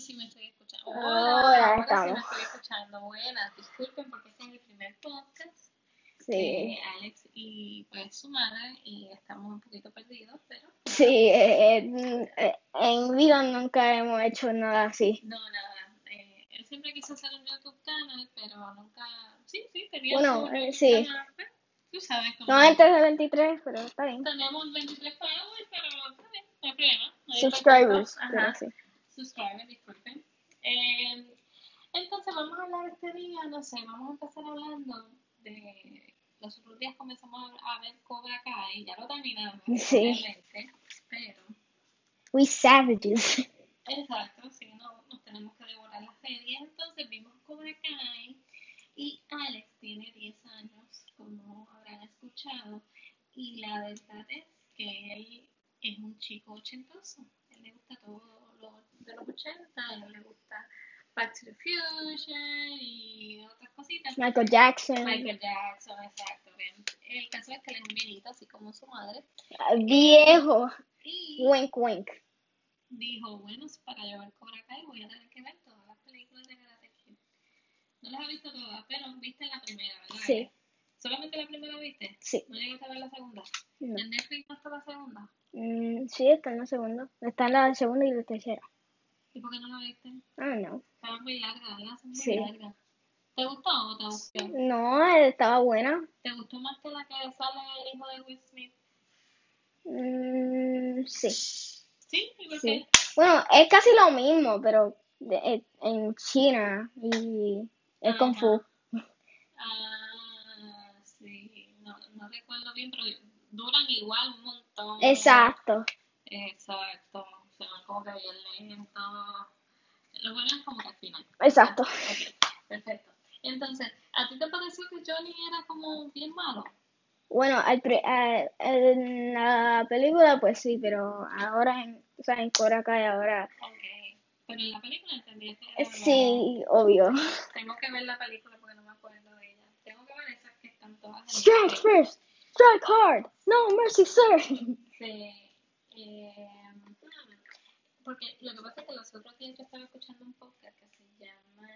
si me estoy escuchando. Ahora si me Ah, estamos. estoy escuchando. Buenas, disculpen porque este es el primer podcast Sí, de Alex y pues su madre y estamos un poquito perdidos, pero sí, eh, eh, mm, eh, en vida nunca hemos hecho nada así. no, nada. Eh, él siempre quiso hacer un YouTube canal, pero nunca... Sí, sí, tenía Bueno, su eh, YouTube sí. canal, pero Tú sabes cómo... No antes de 23, pero está bien. Tenemos 23 followers, pero está bien, no hay problema. No hay Subscribers, tantos- pero Ajá. sí. subscribe, disculpen. Eh, entonces vamos a hablar este día, no sé, vamos a empezar hablando de... Los otros días comenzamos a ver Cobra Kai, ya lo terminamos, Sí. obviamente, pero... We savages. Exacto, sí, no, nos tenemos que devorar las series, entonces vimos Cobra Kai y Alex tiene 10 años, como habrán escuchado, y la verdad es que él es un chico ochentoso, a él le gusta todo lo de los 80, a él le gusta Back to the Future y otras cositas. Michael Jackson. Michael Jackson, exacto, bien. El caso es que él es un viejito, así como su madre, Ah, Viejo. y... Wink, wink. dijo, bueno, si para llevar Cobra Kai voy a tener que ver todas las películas de Karate Kid. No las he visto todas, pero viste la primera, ¿verdad? Sí. ¿Solamente la primera viste? Sí. No llegaste a ver la segunda. No. ¿En Netflix no está la segunda? Mm, sí, está en la segunda. Está en la segunda y la tercera. Ah, ¿Y por qué no la viste? I don't know. Estaba muy larga, ¿verdad? Son muy Sí. largas. ¿Te gustó o te gustó? No, eh, estaba buena. ¿Te gustó más que la que sale el hijo de Will Smith? Mm, sí, Sí, ¿y por sí. qué? Bueno, es casi lo mismo, pero de- eh, en China y el Kung Fu. Ah, sí. No, no recuerdo bien, pero duran igual un montón. Exacto. Exacto, se van como que bien lentos. Lo bueno es como que al final. Exacto. Ok, perfecto. Entonces, ¿a ti te pareció que Johnny era como bien malo? Bueno, al pri- al- en la película pues sí, pero ahora en, o sea, en Cobra Kai ahora Ok. Pero en la película entendí que eh, era malo. sí, obvio. Tengo que ver la película porque no me acuerdo de ella. Tengo que ver esas que están todas en Strike first, strike hard, no mercy, sir. Este, eh, porque lo que pasa es que los otros días yo estaba escuchando un podcast que se llama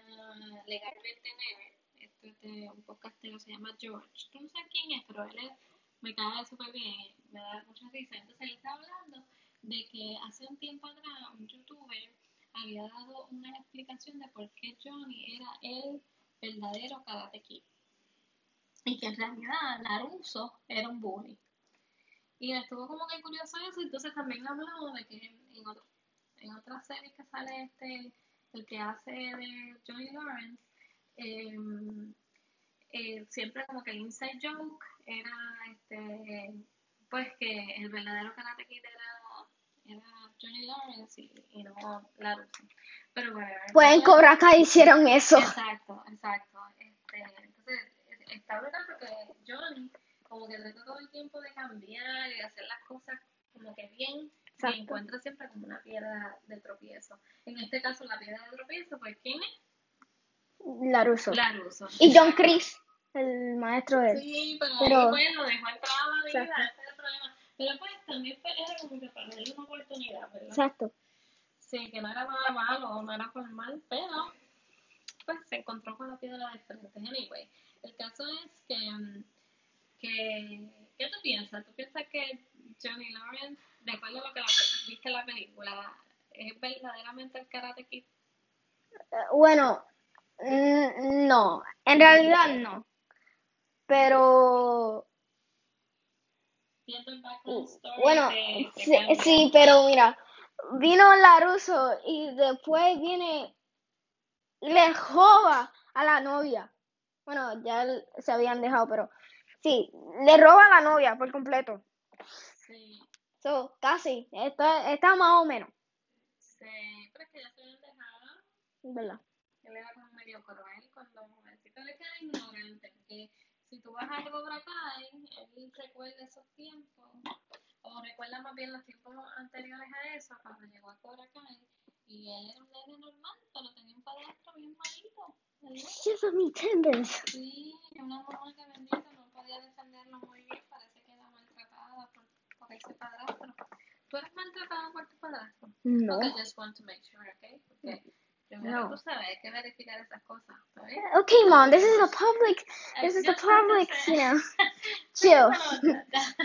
Legalmente Never. Este es de un podcastero se llama George. Tú no sabes quién es, pero él es- me cae súper bien, me da mucha risa. Entonces él está hablando de que hace un tiempo atrás un youtuber había dado una explicación de por qué Johnny era el verdadero Karate Kid. Y que en realidad Naruto era un bully. Y me estuvo como que curioso eso, entonces también habló de que en, en otro- en otras series que sale este, el que hace de Johnny Lawrence, eh, eh, siempre como que el inside joke era este, pues que el verdadero Karate Kid era, era Johnny Lawrence y, y no la rusa. Pero bueno, Pues en Cobra Kai hicieron eso. Exacto, exacto. Este, entonces, es- está brutal porque Johnny como que trata todo el tiempo de cambiar y de hacer las cosas como que bien Exacto. y encuentra siempre como una piedra de tropiezo. En este caso, la piedra de tropiezo, pues, ¿quién es? Laruso. Laruso. Y John Chris, el maestro de él. Sí, pero, Pero- ahí, pues lo dejó entrar a la vida, Exacto. ese es el problema. Pero pues también fue- era como que para darle una oportunidad, ¿verdad? Exacto. Sí, que no era nada malo, no era formal, pero pues se encontró con la piedra de frente. Anyway, el caso es que, mm, que ¿qué tú piensas? ¿Tú piensas que Johnny Lawrence, de acuerdo a lo que la pe- viste en la película, es verdaderamente el Karate Kid? Eh, Bueno, mm, no, en realidad no. Pero, Viendo el background story Mm, bueno, de- de sí, Candy. sí, pero mira, vino Laruso y después viene y le roba a la novia. Bueno, ya l- se habían dejado, pero sí, le roba a la novia por completo. Sí, So, casi, está, está más o menos, sí, pero es que ya se habían dejado. ¿verdad? él era como medio cruel cuando jovencito le queda ignorante, porque si tú vas a Cobra Kai, él recuerda esos tiempos, o recuerda más bien los tiempos anteriores a eso, cuando llegó a Cobra Kai, y él era un nene normal, pero tenía un padrastro bien malito, ¿verdad? Just of me tendons. Sí, una mamá que bendita no podía defenderlo muy bien, parece que era maltratada por, por ese padrastro. ¿Tú eres maltratada por tu padrastro? No. Okay, just want to make sure, okay? Porque Pero No. tú sabes, hay que verificar esas cosas, ¿sabes? Okay, mom, this is the public. This is the Yo sé, yo public, sé. you know. Chill.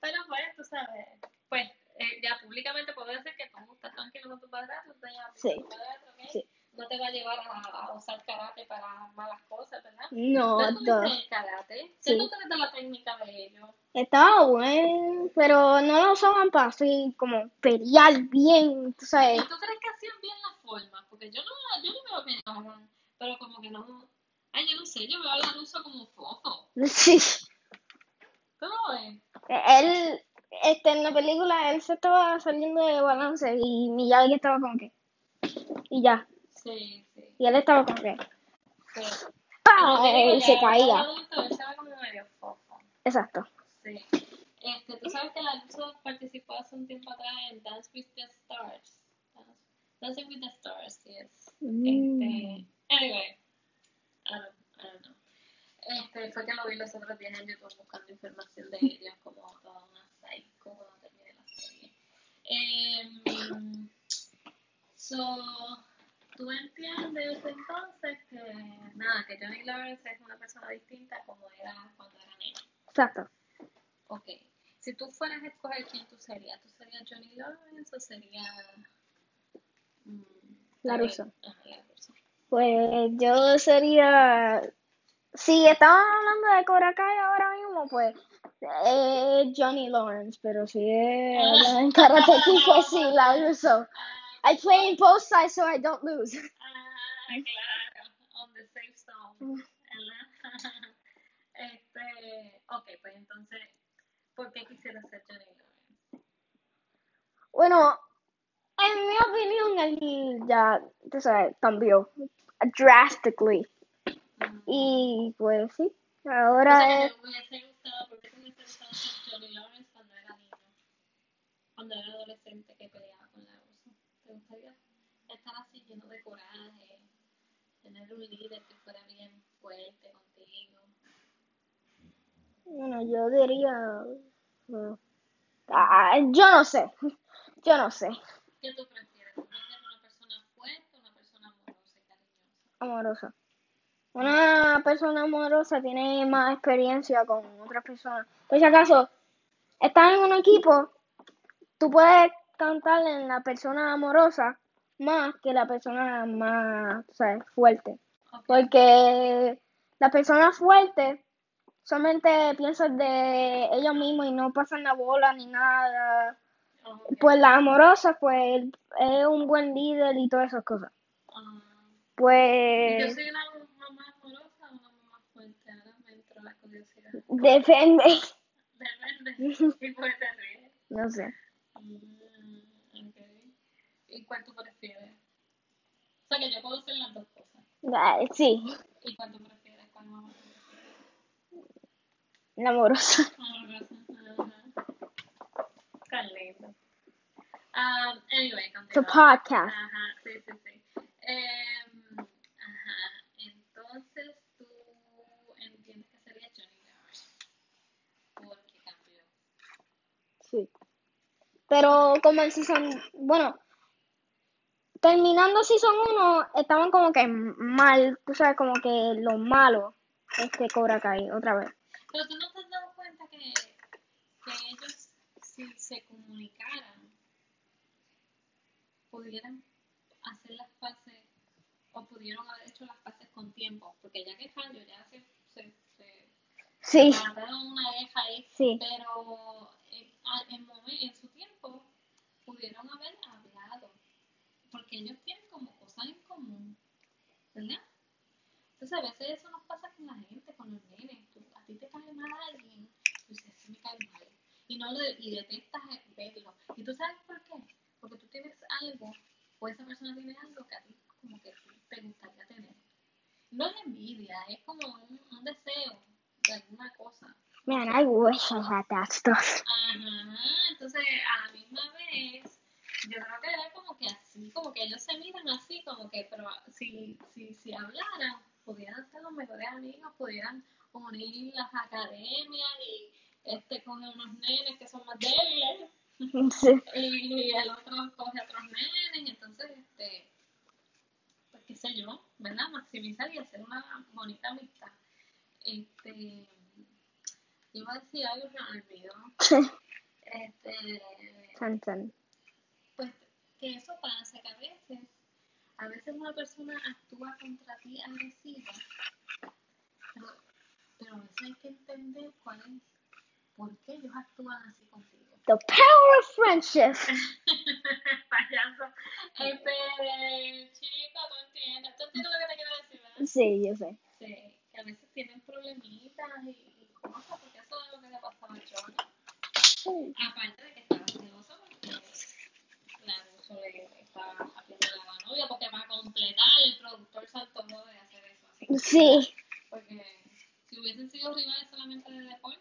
Pero pues, tú sabes, pues eh, ya públicamente puedo decir que tú estás tranquilo con tu padrastro, te llevas bien Sí. con tu padrastro, ¿ok? Sí. No te va a llevar a, a usar karate para malas cosas, ¿verdad? No, Pero tú duh. dices el karate. Sí. Sí. tú conoces la técnica de ellos. Estaba bueno, pero no lo usaban para así como pelear bien, tú sabes. ¿Y tú crees que hacían bien la forma? Porque yo no, yo no veo que lo hagan, pero como que no. Ay, yo no sé, yo veo a Laruso como fofo. Sí. ¿Cómo ves? Él, este, en la película, él se estaba saliendo de balance y Miyagi estaba como que. Y ya. Sí, sí. Y él estaba como que. sí. ¡Pam! Como te digo, Y se ya caía. como adulto, él estaba como medio fofo. Exacto. Sí. Este, tú sabes que Laruso participó hace un tiempo atrás en Dance with the Stars. Dance- Dancing with the Stars, yes. Este, anyway, I don't, I don't know. Este, fue que lo vi los otros días en YouTube buscando información de ella, como toda una psycho cuando terminé la serie. Em, so, tú entiendes entonces que, nada, que Johnny Lawrence es una persona distinta como era cuando era nena. Exacto. Ok, si tú fueras a escoger quién tú serías, ¿tú serías Johnny Lawrence o seríía... mm, LaRusso. Ajá, LaRusso. Pues yo sería. Si estaban hablando de Cobra Kai ahora mismo, pues. eh, Johnny Lawrence, pero si es en Karate Kid, pues sí, la uso. I play in both sides so I don't lose. Ah, claro, on the safe zone, ¿verdad? Este, ok, pues entonces, ¿por qué quisieras ser Johnny Lawrence? Bueno, en mi opinión, él ya, tú sabes, cambió drastically. Mm. Y pues sí, O ahora sea, es. que te hubiese gustado, ¿por qué te hubiese gustado ser Johnny Lawrence cuando era niño? Cuando era adolescente que peleaba con la rusa. ¿Te gustaría estar así lleno de coraje? Tener un líder que fuera bien fuerte contigo. Bueno, yo diría. bueno, ah, yo no sé. Yo no sé. ¿Qué tú prefieres? ¿Tú prefieres una persona fuerte o una persona amorosa y cariñosa? Amorosa. Una persona amorosa tiene más experiencia con otras personas. Por si acaso, estás en un equipo, tú puedes cantarle en la persona amorosa más que la persona más, tú sabes, fuerte. Ok. Pues, Porque las personas fuertes solamente piensan de ellos mismos y no pasan la bola ni nada. Ok. Pues la amorosa, pues, es un buen líder y todas esas cosas. Ah, ¿y yo Pues... soy una mamá amorosa o una mamá fuerte? Ahora me entró la curiosidad. Depende. Depende. ¿Y por qué te ríes? No sé. Mm, ok. ¿Y cuál tú prefieres? O sea, que yo puedo hacer las dos cosas. Ah, Sí, ¿Y cuál tú prefieres? ¿Cuál mamá tú prefieres? la amorosa. Ah, Tan lindo. Um, anyway, The continuamos. podcast. Ajá, sí, sí, sí. Em, ajá, entonces tú entiendes que sería Johnny Lawrence. Porque cambió. Sí. Pero como en season. Bueno. Terminando season 1, estaban como que mal. Tú sabes, como que lo malo. Este Cobra Kai, otra vez. Pero tú no te has dado cuenta que, que ellos, si se comunicaran, pudieran hacer las paces o pudieron haber hecho las paces con tiempo. Porque ya que fallo, ya se, se, se Sí, mandaron una deja ahí. sí. Pero en, a- en, momen- en su tiempo pudieron haber hablado. Porque ellos tienen como cosas en común. ¿Verdad? Entonces a veces eso nos pasa con la gente, con los nenes. Tú- a ti te cae mal alguien, tú dices, "Ese me cae mal. Y, no le, y detestas eh, verlo. ¿Y tú sabes por qué? Porque tú tienes algo, o esa persona tiene algo que a ti como que te gustaría tener. No es envidia, es como un, un deseo de alguna cosa. Man, I wish I had that stuff. Ajá, entonces a la misma vez, yo creo que era como que así, como que ellos se miran así, como que, pero si, si, si hablaran, pudieran ser los mejores amigos, pudieran unir las academias y este coge unos nenes que son más débiles Sí. y el otro coge otros nenes, entonces este sé yo, ¿verdad? Maximizar y hacer una bonita amistad. Este, iba a decir algo, pero me olvidó. Este, Tan, tan. pues que eso pasa, que a veces, a veces una persona actúa contra ti agresiva, pero, pero a veces hay que entender cuál es, por qué ellos actúan así contigo. The power of friendship. Payaso. Este, chico, tú entiendes. Tú entiendes lo que te quiero decir, ¿verdad? Sí, yo sé. Sí, que a veces tienen problemitas y, y cosas, porque eso es lo que le pasaba a John. Aparte de que estaba celoso, porque Naruto le estaba haciendo la novia, porque para completar el productor saltó de hacer eso. Así que, Sí. porque si hubiesen sido rivales solamente de deporte,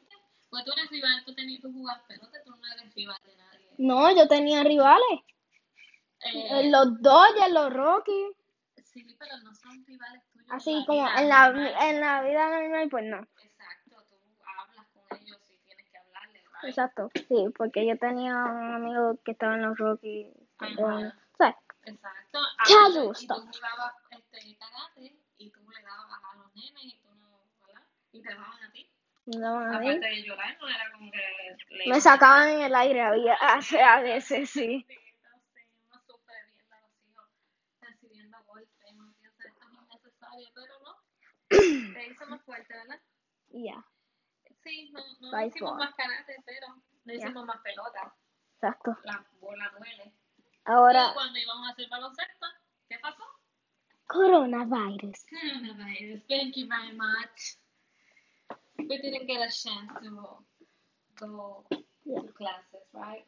pues tú eres rival, tú, tenías, tú jugabas pelota, tú no eres rival de nadie. No, yo tenía rivales. Eh, Eh, Los Dodgers, los Rockies. Sí, pero no son rivales tuyos. Así la como vida en la, normal. en la vida normal, pues no. Exacto, tú hablas con ellos y tienes que hablarle, ¿vale? Exacto. Sí, porque yo tenía un amigo que estaba en los Rockies. Ajá. Bueno, ¿sabes? Exacto. Ya Ah, Y gusta. tú jugabas este, karate y tú le dabas a los nenes y tú no, ¿verdad? Y te daban a ti. No, a ver. Aparte de llorar, no era como que le... Me sacaban en el aire había, hace- a veces, Sí, sí. entonces uno sufre viendo a los hijos recibiendo golpes, uno piensa esto es innecesario, pero no. Te hizo más fuerte, ¿verdad? Y ya, Sí, no, no Bye, hicimos Paul. más karate, pero no hicimos más pelota. exacto. La bola duele. Y Ahora, cuando íbamos a hacer baloncesto, ¿qué pasó? coronavirus. Coronavirus. Thank you very much. We didn't get a chance to go to classes, right?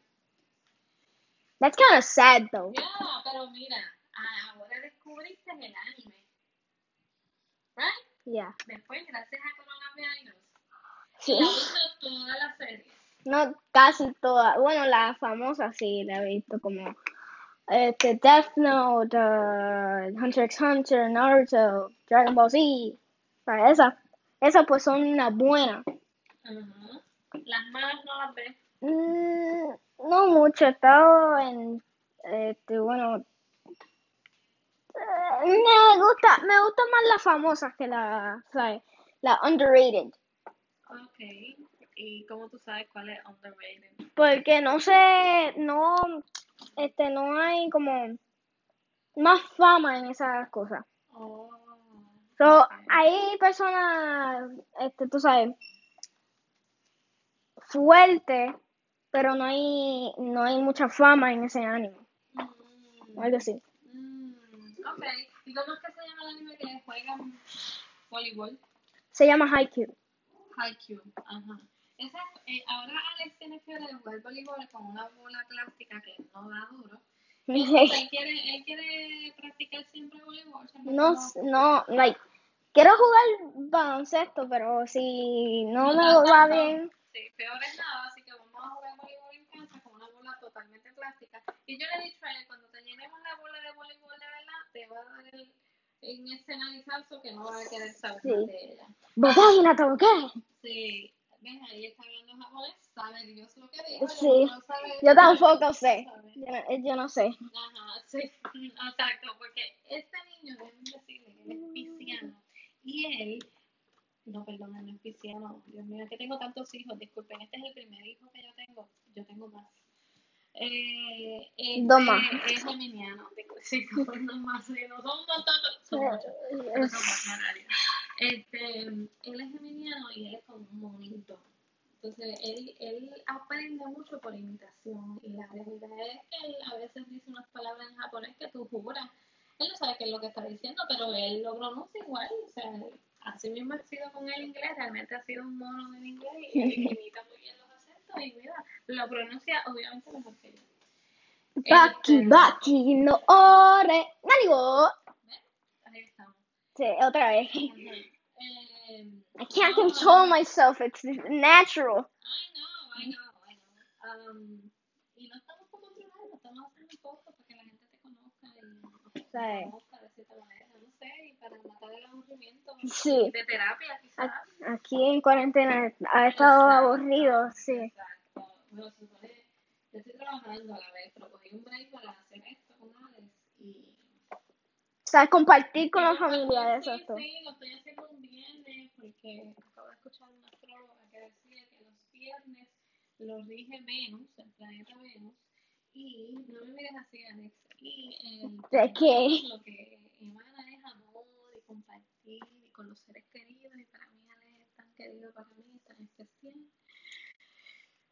That's kind of sad, though. Yeah, pero mira, ah, ahora descubriste el anime. Right? Yeah. Después, gracias a coronavirus, Sí. la visto toda la serie. No, casi toda. Bueno, la famosa sí, la he visto como este, Death Note, uh, Hunter x Hunter, Naruto, Dragon Ball Z. Para esa, esas pues son una buena. Ajá. Las malas no las ves. Mm, no mucho, he estado en, este, bueno, eh, me gusta, me gusta más las famosas que la, ¿sabes? La underrated. Ok. ¿Y cómo tú sabes cuál es underrated? Porque no sé, no, este, no hay como más fama en esas cosas. Oh. So, hay personas, este, tú sabes, fuertes, pero no hay, no hay mucha fama en ese anime, Mm. o algo así. Mm, ok. ¿Y cómo es que se llama el anime que juegan voleibol? Se llama Haikyuu. Haikyuu. Ajá. Esa, eh, ahora Alex tiene fiebre de jugar voleibol con una bola plástica que no da duro. Él quiere, él quiere practicar siempre voleibol. siempre No, como- s- no, like, quiero jugar baloncesto, pero si no me va bien, Sí, peor es nada, así que vamos a jugar voleibol en casa con una bola totalmente plástica. Y yo le he dicho a él, cuando te llenemos la bola de voleibol de verdad, te va a dar el, en ese narizazo que no va a querer saber Sí. de ella. botella y la toqué. Sí, ven, ahí está hablando japonés, sabe Dios lo que dijo. Sí. yo no sabe- Yo tampoco sé, ¿sabe? yo no, yo no sé. Ajá, sí, exacto, porque este niño, deben decirle, él es pisciano y él, no, perdona, no es pisciano, Dios mío, que tengo tantos hijos, disculpen, este es el primer hijo que yo tengo, yo tengo más. Eh, este Dos más. Es geminiano, discul- sí, no más, sí, no son un montón, son muchos. Pero son más, en realidad. Este, él es geminiano y él es como un monito. Entonces, él, él aprende mucho por imitación. Y la realidad es que él a veces dice unas palabras en japonés que tú juras. Él no sabe qué es lo que está diciendo, pero él lo pronuncia igual. O sea, así mismo ha sido con el inglés. Realmente ha sido un mono en inglés y él imita muy bien los acentos. Y mira, lo pronuncia obviamente mejor que yo. Baki, Este, baki, no ore. Narigo. Ahí estamos. Sí, otra vez. Ajá. Eh, I can't no, control myself, it's I natural. know, I know, I know. Um, y no estamos por controlarlo, estamos haciendo un poco para que la gente te conozca y te conozca de cierta manera, no sé, y para matar el aburrimiento Sí, de terapia, quizás. aquí en cuarentena ha estado aburrido, sí. Exacto. Bueno, se supone, yo estoy trabajando a la vez, pero cogí un break para hacer esto con Alex y O sea, compartir con la Pero, familia, sí, exacto. Sí, lo estoy haciendo un viernes eh, porque acabo de escuchar una astróloga que decía que los viernes los rige Venus, el planeta Venus, y no me mires así, Alex, y el ¿De planeta qué? Venus lo que emana es amor y compartir y con los seres queridos, y para mí Alex es tan querido para mí, tan especial.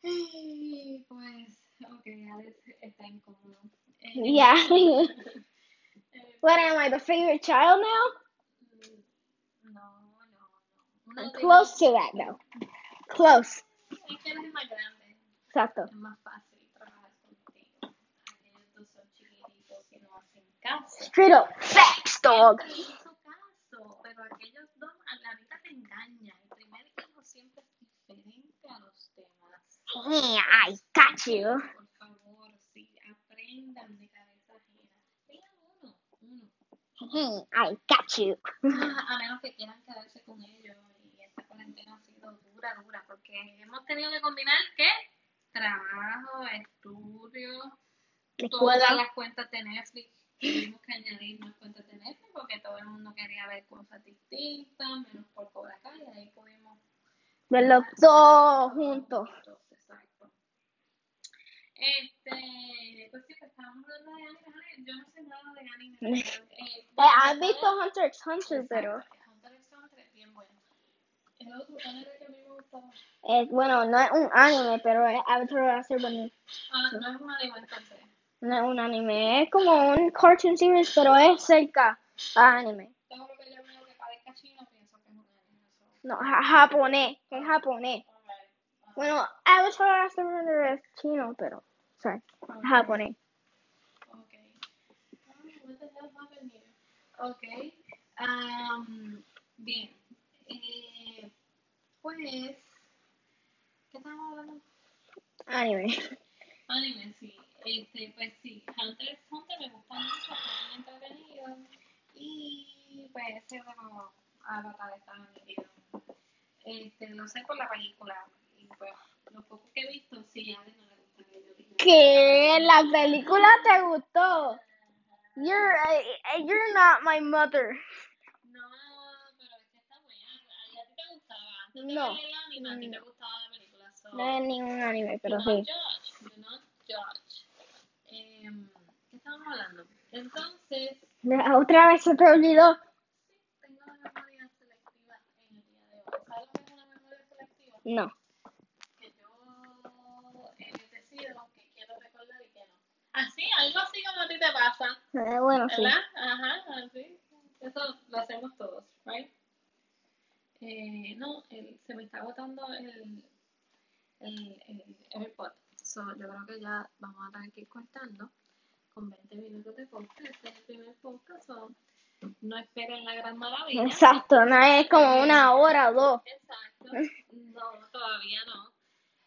Y pues, ok, Alex está incómodo. Eh, Yeah. eh, What am I, the favorite child now? Mm, No, no, no. Uno I'm de close to that, though. Close. Es que eres más grande. Exacto. Es más fácil trabajar contigo. Aquellos dos son chiquititos que no hacen caso. Straight up facts, dog. Él sí hizo caso, pero aquellos dos a la vida te engaña. El primer hijo siempre es diferente a los demás. Yeah, I got you. Por favor, sí, aprendan de cabeza ajena. Tengan uno, uno. Yeah, I got you. A menos que quieran quedarse con ellos. Y esta cuarentena ha sido dura, dura, porque hemos tenido que combinar qué? Trabajo, estudio, La todas escuela. las cuentas de Netflix. Tuvimos que añadir más cuentas de Netflix porque todo el mundo quería ver cosas distintas, menos por Cobra Kai, y ahí pudimos Ver los dos juntos. Exacto. Este, pues sí, pues estábamos hablando de anime, yo no sé nada de anime. pero, eh, Eh, I've visto Hunter x Hunter, pero... Hunter x Hunter es bien bueno. El otro anime que a mí me gustaba. eh, bueno, no es un anime, pero es Avatar The Last Airbender. Ah, no es un anime entonces. No es un anime, es como un cartoon series, pero es cerca a anime. Todo lo que yo veo que parezca chino pienso que es un anime. so, No, ja- japonés, es japonés. alright, ah, Bueno, Avatar The Last Airbender es chino, pero... O sea, ok, japonés. ok. Ah, what the hell happened here? Ok, am, bien. Eh, pues, ¿qué estamos hablando? Anime. Anime, sí. Este, pues sí, Hunter x Hunter me gusta mucho, es muy entretenido. Y pues ese como Avatar está bien. Este, no sé por la película. Y pues, lo poco que he visto, sí, a alguien no le gusta que yo diga. ¿Qué? ¿La película te gustó? You're, eh, eh, you're not my mother. No, pero es que está buena. A a ti te gustaba. Antes de No. Mm. ver el anime, a ti te gustaba la película. So, No es ni un anime, pero do sí. not judge. Do not judge. Em, ¿Qué estábamos hablando? Entonces. La- Otra vez se te olvidó. Sí, tengo una memoria selectiva en el día de hoy. ¿Sabes lo que es una memoria selectiva? No. Que yo eh, decido lo que quiero recordar y que no. Así, algo así como a ti te pasa, Eh, bueno, sí. ¿verdad? Ajá, así. Eso lo hacemos todos, ¿right? Eh, no, el- se me está agotando el, el, el AirPod. So, yo creo que ya vamos a tener que ir cortando con 20 minutos de podcast. Este es el primer podcast, so no esperen la gran maravilla. Exacto, no es como una hora o dos. Exacto. No, todavía no.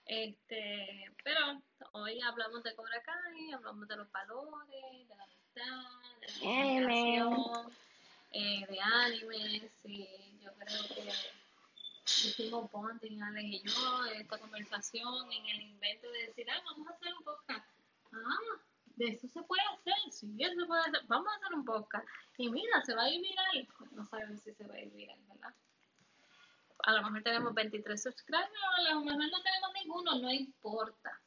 Este, pero hoy hablamos de Cobra Kai, hablamos de los valores, de la amistad, de la Anime. comunicación, eh, de animes, y yo creo que hicimos bonding, Ale y yo, en esta conversación, en el invento de decir, ah, vamos a hacer un podcast. Ah, de eso se puede hacer, sí, eso se puede hacer, vamos a hacer un podcast. Y mira, se va a ir viral. No sabemos si se va a ir viral, ¿verdad? A lo mejor tenemos 23 subscribers, a lo mejor no tenemos ninguno, no importa.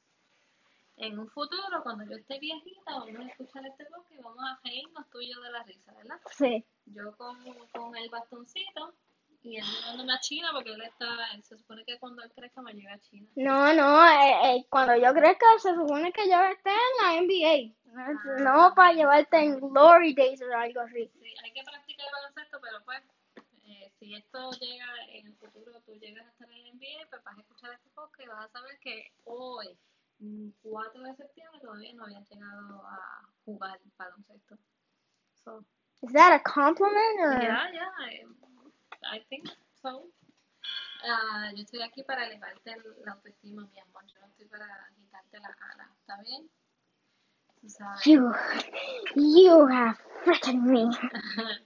En un futuro, cuando yo esté viejita, vamos a escuchar este podcast y vamos a reírnos tú y yo de la risa, ¿verdad? Sí. Yo con, con el bastoncito y él llevándome a China porque él está, él se supone que cuando él crezca me lleva a China. No, no, eh, eh, cuando yo crezca se supone que yo esté en la NBA. No, no para llevarte en Glory Days o algo así. Sí, hay que practicar el baloncesto, pero pues, eh, si esto llega en el futuro, tú llegas a estar en el NBA, pues vas a escuchar este podcast y vas a saber que hoy, mm, 4 de septiembre, todavía no habías llegado a jugar baloncesto. So, Is that a compliment or? yeah, yeah, I, I think so. Ah, yo estoy aquí para elevarte el- la autoestima, mi amor. Yo no estoy para agitarte la cara, ¿está bien? Tú sabes. You, you have threatened me.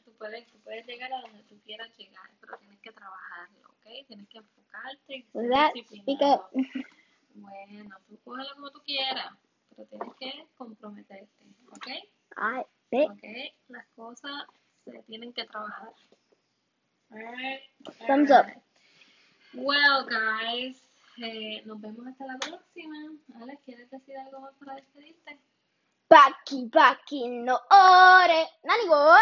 tú puedes, tú puedes llegar a donde tú quieras llegar, pero tienes que trabajarlo, ¿ok? Tienes que enfocarte y ser That disciplinado. Bueno, tú cógelo como tú quieras, Eh. pero tienes que comprometerte, ¿ok? I think ¿Ok? Las cosas se tienen que trabajar. Alright. Thumbs up. alright. Well, guys, eh, nos vemos hasta la próxima. Alex, ¿quieres decir algo más para despedirte? Baki, baki, no ore. Nani go?